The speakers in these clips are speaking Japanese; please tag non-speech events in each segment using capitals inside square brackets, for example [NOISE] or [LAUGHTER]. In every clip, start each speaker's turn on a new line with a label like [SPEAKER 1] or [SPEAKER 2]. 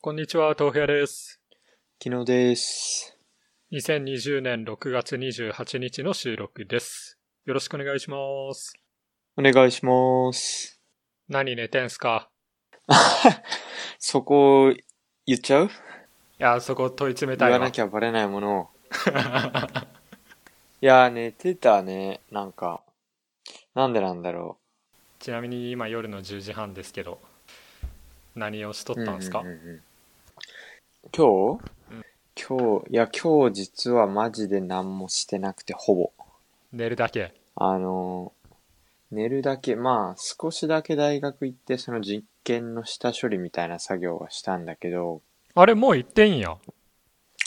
[SPEAKER 1] こんにちは、東平です。
[SPEAKER 2] 昨日です。
[SPEAKER 1] 2020年6月28日の収録です。よろしくお願いします。
[SPEAKER 2] お願いします。
[SPEAKER 1] 何寝てんすか
[SPEAKER 2] そこ、言っちゃう
[SPEAKER 1] いや、そこ問い詰めた
[SPEAKER 2] 言
[SPEAKER 1] い
[SPEAKER 2] わ
[SPEAKER 1] わ。
[SPEAKER 2] なきゃバレないも [LAUGHS] のを。いやー、寝てたね。なんか、なんでなんだろ
[SPEAKER 1] ちなみに今夜の10時半ですけど、何をしと
[SPEAKER 2] う。
[SPEAKER 1] ったんすか、
[SPEAKER 2] うううんうん今日、
[SPEAKER 1] うん
[SPEAKER 2] 今日、いや、今日実はマジで何もしてなくて、ほぼ。
[SPEAKER 1] 寝るだけ。
[SPEAKER 2] あのー、寝るだけ、まあ、少しだけ大学行って、その実験の下処理みたいな作業はしたんだけど、
[SPEAKER 1] あれ、もう行ってんや。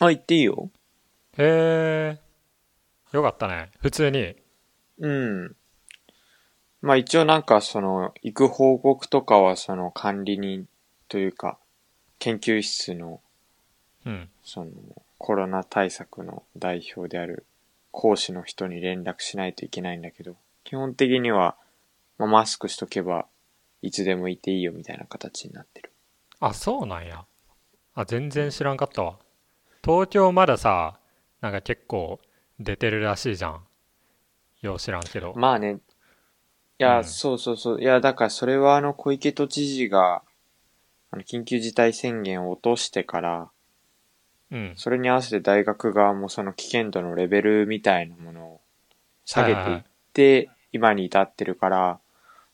[SPEAKER 2] あ、行っていいよ。
[SPEAKER 1] へえ。よかったね。普通に。
[SPEAKER 2] うん。まあ一応なんかその、行く報告とかはその管理人というか、研究室の
[SPEAKER 1] うん。
[SPEAKER 2] そのコロナ対策の代表である講師の人に連絡しないといけないんだけど、基本的には、まあ、マスクしとけばいつでもいていいよみたいな形になってる。
[SPEAKER 1] あ、そうなんや。あ、全然知らんかったわ。東京まださ、なんか結構出てるらしいじゃん。よう知らんけど。
[SPEAKER 2] まあね、い
[SPEAKER 1] うん
[SPEAKER 2] や、そうそうそう。いや、だからそれはあの小池都知事が、あの緊急事態宣言を落としてから、
[SPEAKER 1] うん。
[SPEAKER 2] それに合わせて大学側もその危険度のレベルみたいなものを下げていって、今に至ってるから、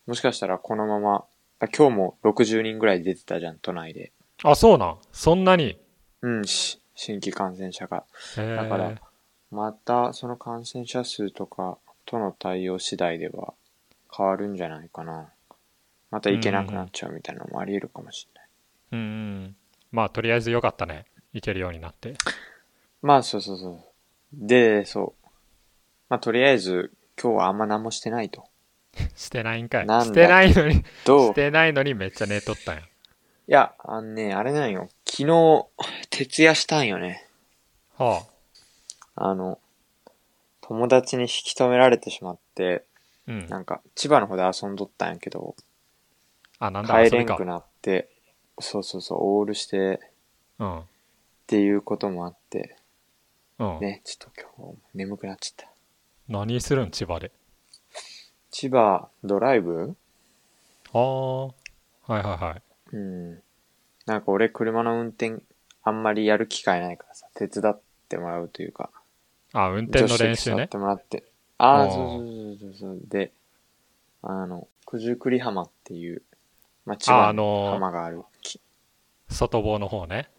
[SPEAKER 2] もしかしたらこのまま、あ今日も60人ぐらい出てたじゃん、都内で。
[SPEAKER 1] あ、そうなん。そんなに。
[SPEAKER 2] うん、し新規感染者が。
[SPEAKER 1] へ
[SPEAKER 2] だから
[SPEAKER 1] え。
[SPEAKER 2] また、その感染者数とか、との対応次第では変わるんじゃないかな。また行けなくなっちゃうみたいなのもあり得るかもしれない。
[SPEAKER 1] うんうん。まあ、とりあえずよかったね。行けるようにな
[SPEAKER 2] [LAUGHS]
[SPEAKER 1] って。
[SPEAKER 2] まあ、そうそうそう。で、そう。まあ、とりあえず、今日はあんま何もしてないと。
[SPEAKER 1] してないんかい。
[SPEAKER 2] なんだ
[SPEAKER 1] してないのに、
[SPEAKER 2] どう
[SPEAKER 1] してないのにめっちゃ寝とったんや。
[SPEAKER 2] いや、あのね、あれなんよ。昨日、徹夜したんよね。
[SPEAKER 1] はあ。
[SPEAKER 2] あの、友達に引き止められてしまって、
[SPEAKER 1] うん。
[SPEAKER 2] なんか、千葉の方で遊んどったんやけど、
[SPEAKER 1] あ、なんだ、
[SPEAKER 2] 帰
[SPEAKER 1] 遊
[SPEAKER 2] れ
[SPEAKER 1] び
[SPEAKER 2] ん
[SPEAKER 1] か。
[SPEAKER 2] くなって、そうそうそう、オールして、
[SPEAKER 1] うん。
[SPEAKER 2] っていうこともあって、
[SPEAKER 1] うん。
[SPEAKER 2] ね、ちょっと今日、眠くなっちゃった。
[SPEAKER 1] 何するん、千葉で。
[SPEAKER 2] 千葉、ドライブ
[SPEAKER 1] ああ。はいはいはい。
[SPEAKER 2] うん。なんか俺、車の運転、あんまりやる機会ないからさ、手伝ってもらうというか、
[SPEAKER 1] あ、運転の練習
[SPEAKER 2] 助手席座っ
[SPEAKER 1] ね。
[SPEAKER 2] てもらって。あ
[SPEAKER 1] お
[SPEAKER 2] あ、
[SPEAKER 1] ー
[SPEAKER 2] そうそうそうそうそう。で、あの、九十九里浜っていう、まあ、千
[SPEAKER 1] あ、
[SPEAKER 2] 葉
[SPEAKER 1] あ
[SPEAKER 2] の
[SPEAKER 1] のー
[SPEAKER 2] 浜がある。き
[SPEAKER 1] 外房の方ね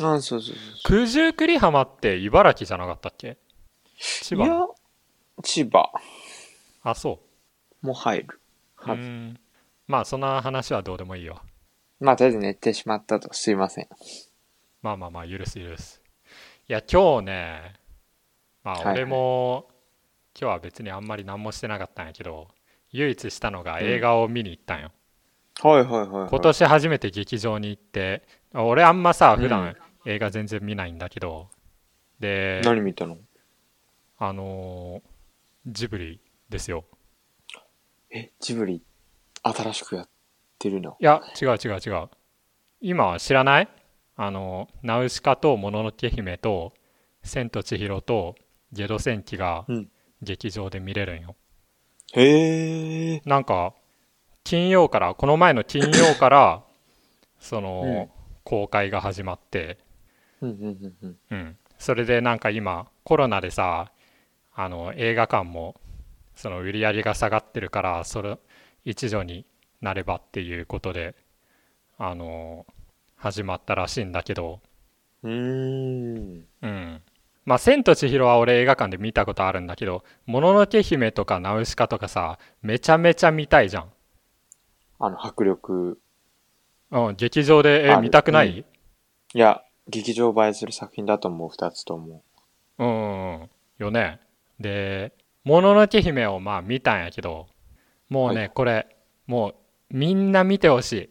[SPEAKER 2] ああ、そうそうそうそ
[SPEAKER 1] 九十九里浜って茨城じゃなかったっけ千
[SPEAKER 2] う。
[SPEAKER 1] 葉の
[SPEAKER 2] いや、千葉
[SPEAKER 1] あそ
[SPEAKER 2] も入る。
[SPEAKER 1] うう
[SPEAKER 2] はず
[SPEAKER 1] ーんまあそんな話はどうでもいいわ
[SPEAKER 2] まあ、とりあえず寝てしまったと。すいません。
[SPEAKER 1] まあまあまあ許す許すいや今日ねま
[SPEAKER 2] はい
[SPEAKER 1] あ
[SPEAKER 2] はい
[SPEAKER 1] 俺も、今日は別にあんまり何もしてなかったんやけど唯一したのが映画を見に行ったんよ、
[SPEAKER 2] はいはいはい、はい。
[SPEAKER 1] 今年初めて劇場に行って俺あんまさ
[SPEAKER 2] うん
[SPEAKER 1] 普段映画全然見ないんだけど、で
[SPEAKER 2] 何見たの
[SPEAKER 1] あのージブリですよ
[SPEAKER 2] え、ジブリ、新しくやってるの。
[SPEAKER 1] いや違う違う違う今は知らないあのナウシカともののけ姫と千と千尋とゲド戦記が
[SPEAKER 2] うん
[SPEAKER 1] 劇場で見れるんよ、
[SPEAKER 2] へえ。
[SPEAKER 1] なんか金曜からこの前の金曜からその、公開が始まって
[SPEAKER 2] うんうんうんうん。
[SPEAKER 1] うんそれでなんか今コロナでさあの映画館もその売り上げが下がってるからそれ一助になればっていうことであの始まったらしいんだけど、
[SPEAKER 2] うーん。
[SPEAKER 1] うん、まあ「千と千尋」は俺映画館で見たことあるんだけど「もののけ姫」とか「ナウシカ」とかさめちゃめちゃ見たいじゃん、
[SPEAKER 2] あの、迫力。
[SPEAKER 1] うん、劇場で
[SPEAKER 2] あ
[SPEAKER 1] え
[SPEAKER 2] る
[SPEAKER 1] 見たくない、
[SPEAKER 2] うんいや、劇場映えする作品だと思う、二つとも。
[SPEAKER 1] うんうんよねで「もののけ姫」をまあ見たんやけどもうね、
[SPEAKER 2] は
[SPEAKER 1] これもうみんな見てほしい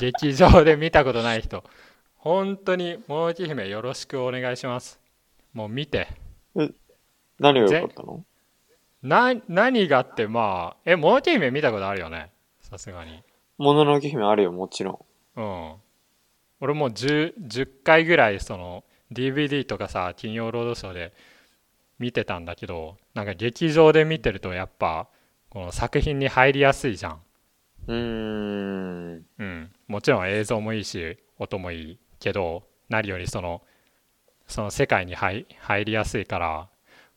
[SPEAKER 1] 劇場で見たことない人本当に「もののけ姫」よろしくお願いしますもう見て
[SPEAKER 2] 何が良かったの
[SPEAKER 1] な何がってまあえもののけ姫見たことあるよねさすがに
[SPEAKER 2] もののけ姫あるよ、もちろん。
[SPEAKER 1] うん俺もう 10, 10回ぐらいその DVD とかさ金曜ロードショーで見てたんだけどなんか劇場で見てるとやっぱこの作品に入りやすいじゃん、
[SPEAKER 2] うーん。
[SPEAKER 1] うん、もちろん映像もいいし音もいいけど何よりそのその世界に入入りやすいから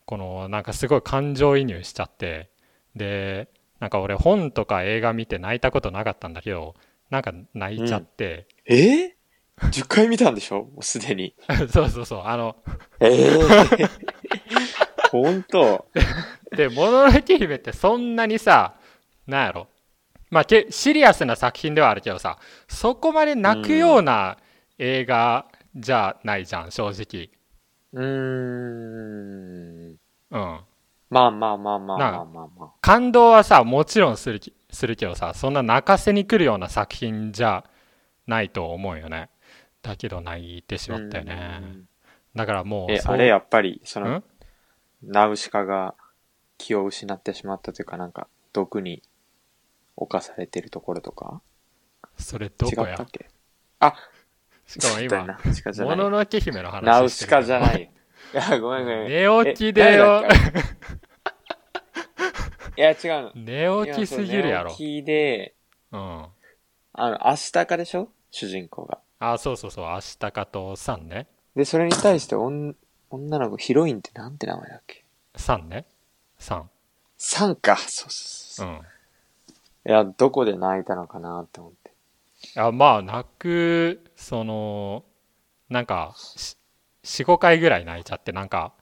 [SPEAKER 1] このなんかすごい感情移入しちゃってでなんか俺本とか映画見て泣いたことなかったんだけどなんか泣いちゃって、
[SPEAKER 2] え ?10 回見たんでしょもうすでに。
[SPEAKER 1] [LAUGHS] そうそうそうあの
[SPEAKER 2] ええ [LAUGHS] ほんと
[SPEAKER 1] で「もののけ姫」ってそんなにさなんやろまあけシリアスな作品ではあるけどさそこまで泣くような映画じゃないじゃん正直
[SPEAKER 2] うーん。
[SPEAKER 1] うん
[SPEAKER 2] まあまあまあまあまあまあまあ。
[SPEAKER 1] 感動はさもちろんするきするけどさそんな泣かせに来るような作品じゃないと思うよねだけど泣いてしまったよね
[SPEAKER 2] うん
[SPEAKER 1] だからもう
[SPEAKER 2] え、
[SPEAKER 1] そう
[SPEAKER 2] あれやっぱり、そ
[SPEAKER 1] ん
[SPEAKER 2] の、ナウシカが気を失ってしまったというか、なんか、毒に侵されてるところとか
[SPEAKER 1] それど
[SPEAKER 2] 違
[SPEAKER 1] こ
[SPEAKER 2] った
[SPEAKER 1] や
[SPEAKER 2] っけあ、
[SPEAKER 1] しかも
[SPEAKER 2] [LAUGHS] 違った
[SPEAKER 1] 今
[SPEAKER 2] ナウシカ
[SPEAKER 1] 「
[SPEAKER 2] じゃ
[SPEAKER 1] も
[SPEAKER 2] な
[SPEAKER 1] の
[SPEAKER 2] い。
[SPEAKER 1] のけ姫」の話してる
[SPEAKER 2] ナウシカじゃないい。いや、ごめんごめん。
[SPEAKER 1] 寝起きでよ
[SPEAKER 2] え誰だっけ [LAUGHS] あれいや、違うの。
[SPEAKER 1] 寝起きすぎるやろ
[SPEAKER 2] 今そう寝起きで、
[SPEAKER 1] うん
[SPEAKER 2] あの、明日かでしょ主人公が。
[SPEAKER 1] あそうそうそう明日かとさんね
[SPEAKER 2] で、それに対して女女の子、ヒロインってなんて名前だっけ
[SPEAKER 1] さんねさん
[SPEAKER 2] サンか。そうそうそううそ
[SPEAKER 1] ん
[SPEAKER 2] う、いや、どこで泣いたのかなって思って。
[SPEAKER 1] あまあ泣くそのなんか45回ぐらい泣いちゃってなんか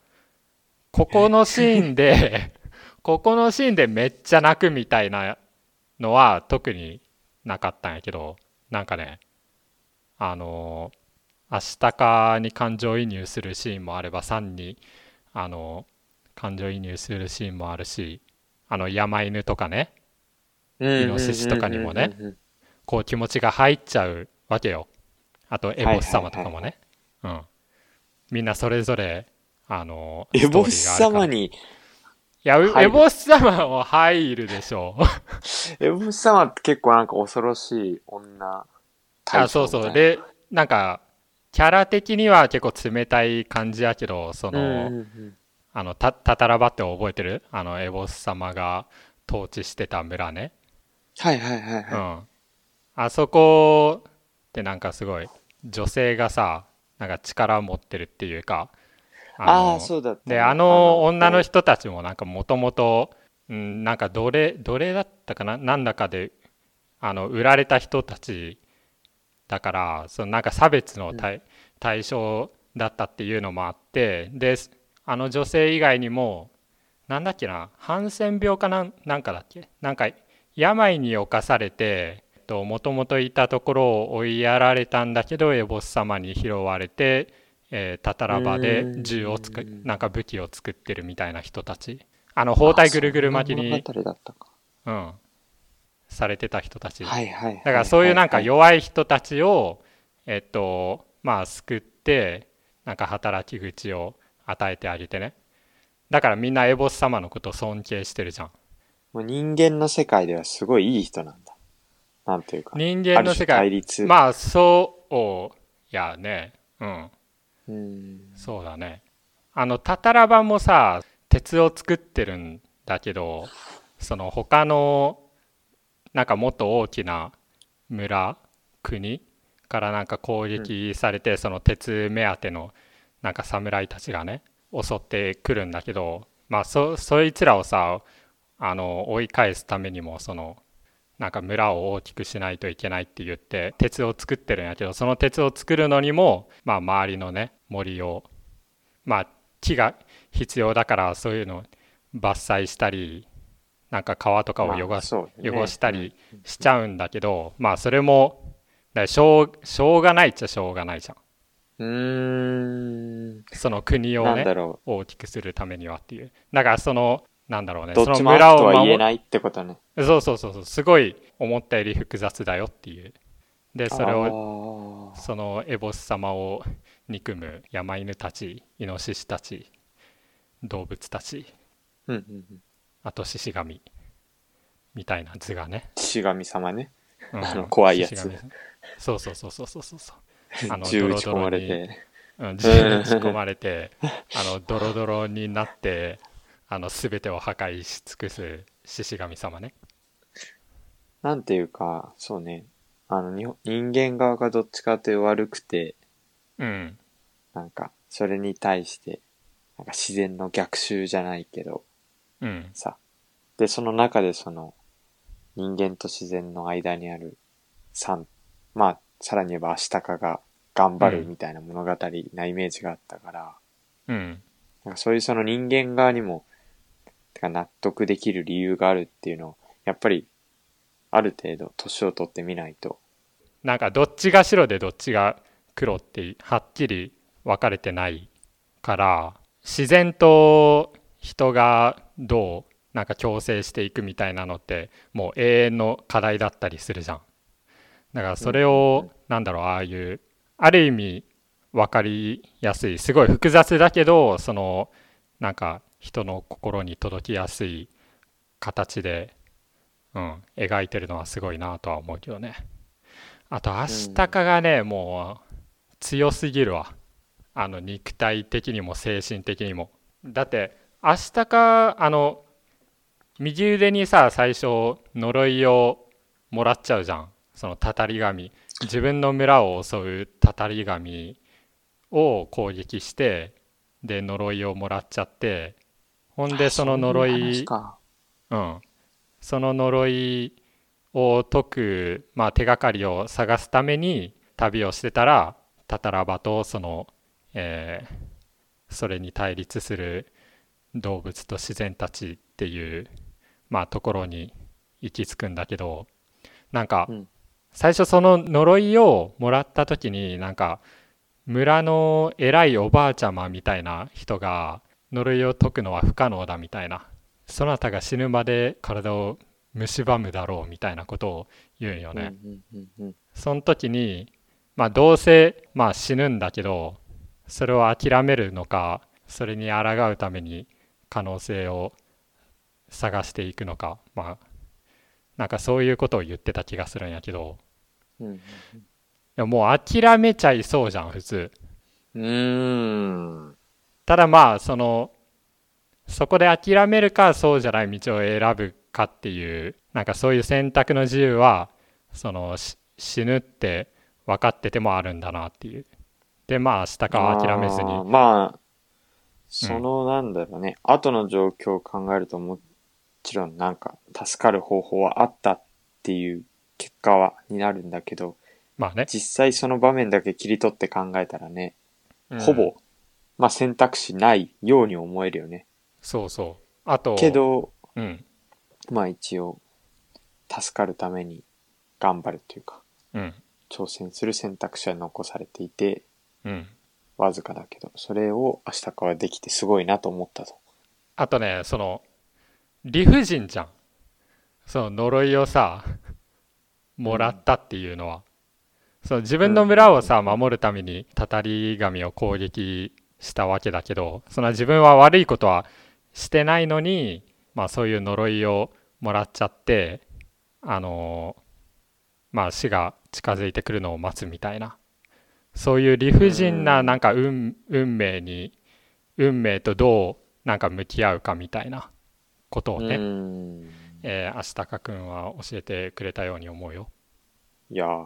[SPEAKER 1] ここのシーンで [LAUGHS] ここのシーンでめっちゃ泣くみたいなのは特になかったんやけどなんかねあの明日かに感情移入するシーンもあれば3にあの感情移入するシーンもあるしあの山犬とかね
[SPEAKER 2] うん
[SPEAKER 1] イノシシとかにもね。
[SPEAKER 2] うんうんうんうん
[SPEAKER 1] こう気持ちが入っちゃうわけよあとエボス様とかもねうんみんなそれぞれあの
[SPEAKER 2] エボス
[SPEAKER 1] ストーリーがあ
[SPEAKER 2] 様
[SPEAKER 1] るから
[SPEAKER 2] に、
[SPEAKER 1] いや
[SPEAKER 2] 入
[SPEAKER 1] エ
[SPEAKER 2] る
[SPEAKER 1] ボス様も入るでしょ
[SPEAKER 2] [LAUGHS]
[SPEAKER 1] う
[SPEAKER 2] エボス様って結構なんか恐ろしい女
[SPEAKER 1] あそうそうでなんかキャラ的には結構冷たい感じやけどそ
[SPEAKER 2] うん
[SPEAKER 1] の、
[SPEAKER 2] うんうん
[SPEAKER 1] あのたタタラバって覚えてるあのエボス様が統治してた村ね
[SPEAKER 2] はいはいはいは
[SPEAKER 1] う
[SPEAKER 2] い。
[SPEAKER 1] ん、あそこってなんかすごい女性がさなんか力を持ってるっていうか
[SPEAKER 2] ああー、
[SPEAKER 1] う
[SPEAKER 2] そうだったね、
[SPEAKER 1] であの女の人たちもなんかもともとうんなんか奴隷奴隷だったかななんだかであの売られた人たちだからそのなんか差別の対,、対象だったっていうのもあってであの女性以外にもなんだっけなハンセン病かなんなんかだっけなんか病に侵されてもともといたところを追いやられたんだけどエボス様に拾われて、えータタラバで銃をつく
[SPEAKER 2] うん
[SPEAKER 1] なんか武器を作ってるみたいな人たちあの包帯ぐるぐる巻き
[SPEAKER 2] あ
[SPEAKER 1] に
[SPEAKER 2] そんな物語だったか
[SPEAKER 1] うん、されてた人たち、
[SPEAKER 2] はいはいはいはい。
[SPEAKER 1] だからそういうなんか
[SPEAKER 2] はい
[SPEAKER 1] 弱い人たちを、えっとまあ、救ってなんか働き口を与えてあげてねだからみんなエボス様のことを尊敬してるじゃん
[SPEAKER 2] もう人間の世界ではすごいいい人なんだ。なんていうか。
[SPEAKER 1] 人間の世
[SPEAKER 2] ある種対
[SPEAKER 1] 界
[SPEAKER 2] 立。
[SPEAKER 1] まあそうやねうん
[SPEAKER 2] うん。
[SPEAKER 1] そうだねあのタタラバもさ鉄を作ってるんだけどその他のなんかもっと大きな村国からなんか攻撃されて、その鉄目当てのなんか侍たちがね襲ってくるんだけどまあそそいつらをさあの追い返すためにもそのなんか村を大きくしないといけないって言って鉄を作ってるんやけどその鉄を作るのにも、まあ、周りのね森をまあ木が必要だからそういうの伐採したりなんか川とかを汚
[SPEAKER 2] まあ
[SPEAKER 1] す
[SPEAKER 2] そうね
[SPEAKER 1] 汚したりしちゃうんだけど、まあそれもだからしょうしょうがないっちゃしょうがないじゃん
[SPEAKER 2] うーん。
[SPEAKER 1] その国を
[SPEAKER 2] なんだ
[SPEAKER 1] ね
[SPEAKER 2] ろ
[SPEAKER 1] 大きくするためにはっていうだからそのなんだろうね
[SPEAKER 2] う。ど
[SPEAKER 1] そ
[SPEAKER 2] っ
[SPEAKER 1] の
[SPEAKER 2] ちもあ
[SPEAKER 1] 村
[SPEAKER 2] ると
[SPEAKER 1] を
[SPEAKER 2] は言
[SPEAKER 1] 守
[SPEAKER 2] えないってことね。
[SPEAKER 1] そうそうそうそうすごい思ったより複雑だよっていうでそれを
[SPEAKER 2] を。
[SPEAKER 1] そのエボス様を憎む山犬たちイノシシたち動物たち
[SPEAKER 2] うんうんうん。
[SPEAKER 1] あと獅子神みたいな図がね
[SPEAKER 2] 父神様ね。
[SPEAKER 1] うん
[SPEAKER 2] あの怖いや
[SPEAKER 1] 獅
[SPEAKER 2] つ
[SPEAKER 1] 子神そうそうそうそうそうそうそう
[SPEAKER 2] [LAUGHS]
[SPEAKER 1] あの
[SPEAKER 2] 銃
[SPEAKER 1] ド
[SPEAKER 2] 打
[SPEAKER 1] ロ
[SPEAKER 2] ち
[SPEAKER 1] ド
[SPEAKER 2] 込ま
[SPEAKER 1] ロ
[SPEAKER 2] れ
[SPEAKER 1] に
[SPEAKER 2] て。
[SPEAKER 1] うん銃に打ち込まれ
[SPEAKER 2] [LAUGHS]
[SPEAKER 1] てあのドロドロになってあの全てを破壊し尽くす獅子神様ね
[SPEAKER 2] なんていうか、そうね。あの、に人間側がどっちかというと悪くて、
[SPEAKER 1] うん
[SPEAKER 2] なんか、それに対して、なんか自然の逆襲じゃないけど、
[SPEAKER 1] うん
[SPEAKER 2] さ。で、その中でその、人間と自然の間にある、三、まあ、さらに言えばアシタカが頑張るみたいな物語なイメージがあったから、
[SPEAKER 1] うん
[SPEAKER 2] なんかそういうその人間側にも、てか納得できる理由があるっていうのを、やっぱり、ある程度、年を取ってみないと。
[SPEAKER 1] なんかどっちが白でどっちが黒ってはっきり分かれてないから自然と人がどうなんか共生していくみたいなのってもう永遠の課題だったりするじゃん。だからそれをなんだろうああいうある意味分かりやすいすごい複雑だけどそのなんか人の心に届きやすい形で、うん、描いてるのはすごいなとは思うけどね。あとアシタカがね、もう強すぎるわあの肉体的にも精神的にもだってアシタカあの右腕にさ最初呪いをもらっちゃうじゃんそのたたり神自分の村を襲うたたり神を攻撃してで呪いをもらっちゃってほんでその呪
[SPEAKER 2] そういう
[SPEAKER 1] い
[SPEAKER 2] 話か
[SPEAKER 1] うん、その呪いを解く、まあ、手がかりを探すために旅をしてたらタタラバとその、えーそれに対立する動物と自然たちっていう、まあ、ところに行き着くんだけどなんか
[SPEAKER 2] うん
[SPEAKER 1] 最初その呪いをもらった時になんか村の偉いおばあちゃまみたいな人が呪いを解くのは不可能だみたいなそなたが死ぬまで体を蝕むだろうみたいなことを言うんよね。
[SPEAKER 2] うんうんうんうん
[SPEAKER 1] その時に、まあ、どうせ、まあ、死ぬんだけどそれを諦めるのかそれに抗うために可能性を探していくのかまあなんかそういうことを言ってた気がするんやけど
[SPEAKER 2] うん
[SPEAKER 1] でももう諦めちゃいそうじゃん普通
[SPEAKER 2] うんうん。うーん。
[SPEAKER 1] ただまあそのそこで諦めるかそうじゃない道を選ぶかっていうなんかそういう選択の自由はそのし死ぬって分かっててもあるんだなっていうでまあ下から諦めず
[SPEAKER 2] あー
[SPEAKER 1] に
[SPEAKER 2] まあ、その、なんだろうね、後の状況を考えるともちろんなんか、助かる方法はあったっていう結果は、になるんだけど、
[SPEAKER 1] まあね、
[SPEAKER 2] 実際その場面だけ切り取って考えたらね、
[SPEAKER 1] うん
[SPEAKER 2] ほぼ、まあ選択肢ないように思えるよね。
[SPEAKER 1] そうそうあと
[SPEAKER 2] けど、
[SPEAKER 1] うん
[SPEAKER 2] まあ一応、助かるために頑張るというか、
[SPEAKER 1] うん
[SPEAKER 2] 挑戦する選択肢は残されていて、
[SPEAKER 1] うん
[SPEAKER 2] わずかだけど、それを明日からできてすごいなと思ったと。
[SPEAKER 1] あとねその理不尽じゃんその呪いをさもらったっていうのは、その自分の村をさ守るためにたたり神を攻撃したわけだけどその自分は悪いことはしてないのに、まあ、そういう呪いをもらっちゃってあのまあ死が近づいてくるのを待つみたいなそういう理不尽ななんか運運命に運命とどうなんか向き合うかみたいなことをね、
[SPEAKER 2] うーん。
[SPEAKER 1] えー、アシタカ君は教えてくれたように思うよ。
[SPEAKER 2] いやー、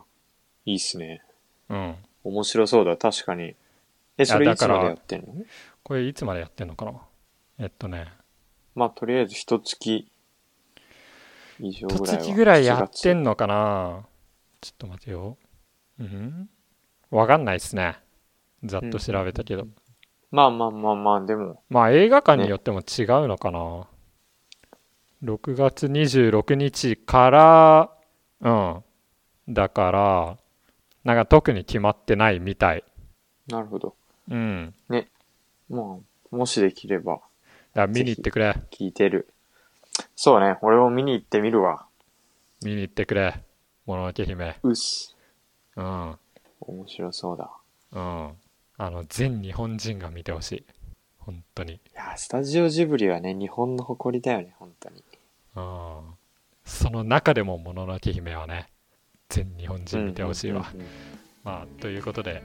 [SPEAKER 2] いいっすね。
[SPEAKER 1] うん。
[SPEAKER 2] 面白そうだ、確かに。え、それ
[SPEAKER 1] だ
[SPEAKER 2] いつ
[SPEAKER 1] から
[SPEAKER 2] までやってんの
[SPEAKER 1] これいつまでやってんのかなえっとね、
[SPEAKER 2] まあ、とりあえず一月以上ぐらいは。
[SPEAKER 1] 突きぐらいやって
[SPEAKER 2] の
[SPEAKER 1] んのかなちょっと待てよ。うんわかんないっすね。ざっと調べたけど。
[SPEAKER 2] まあまあまあまあ、でも、
[SPEAKER 1] まあ映画館によっても違うのかな、6月26日から、うん。だから、なんか特に決まってないみたい。
[SPEAKER 2] なるほど。
[SPEAKER 1] うん。
[SPEAKER 2] まあ、もしできれば、
[SPEAKER 1] だから見に行ってくれ。
[SPEAKER 2] 聞いてる。そうね、俺も見に行ってみるわ。
[SPEAKER 1] 見に行ってくれ。もののけ姫。
[SPEAKER 2] うっす。
[SPEAKER 1] うん。
[SPEAKER 2] 面白そうだ。
[SPEAKER 1] うん、あの全日本人が見てほしい本当に、
[SPEAKER 2] いやー、スタジオジブリはね、日本の誇りだよね、本当に。
[SPEAKER 1] うん、その中でも「もののけ姫」はね全日本人見てほしいわ、
[SPEAKER 2] うんうんうん
[SPEAKER 1] まあということで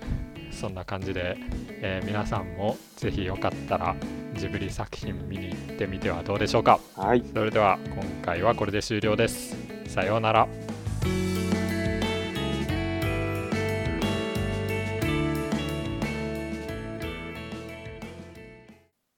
[SPEAKER 1] そんな感じで、えー皆さんもぜひよかったらジブリ作品見に行ってみてはどうでしょうか
[SPEAKER 2] はい。
[SPEAKER 1] それでは今回はこれで終了ですさようなら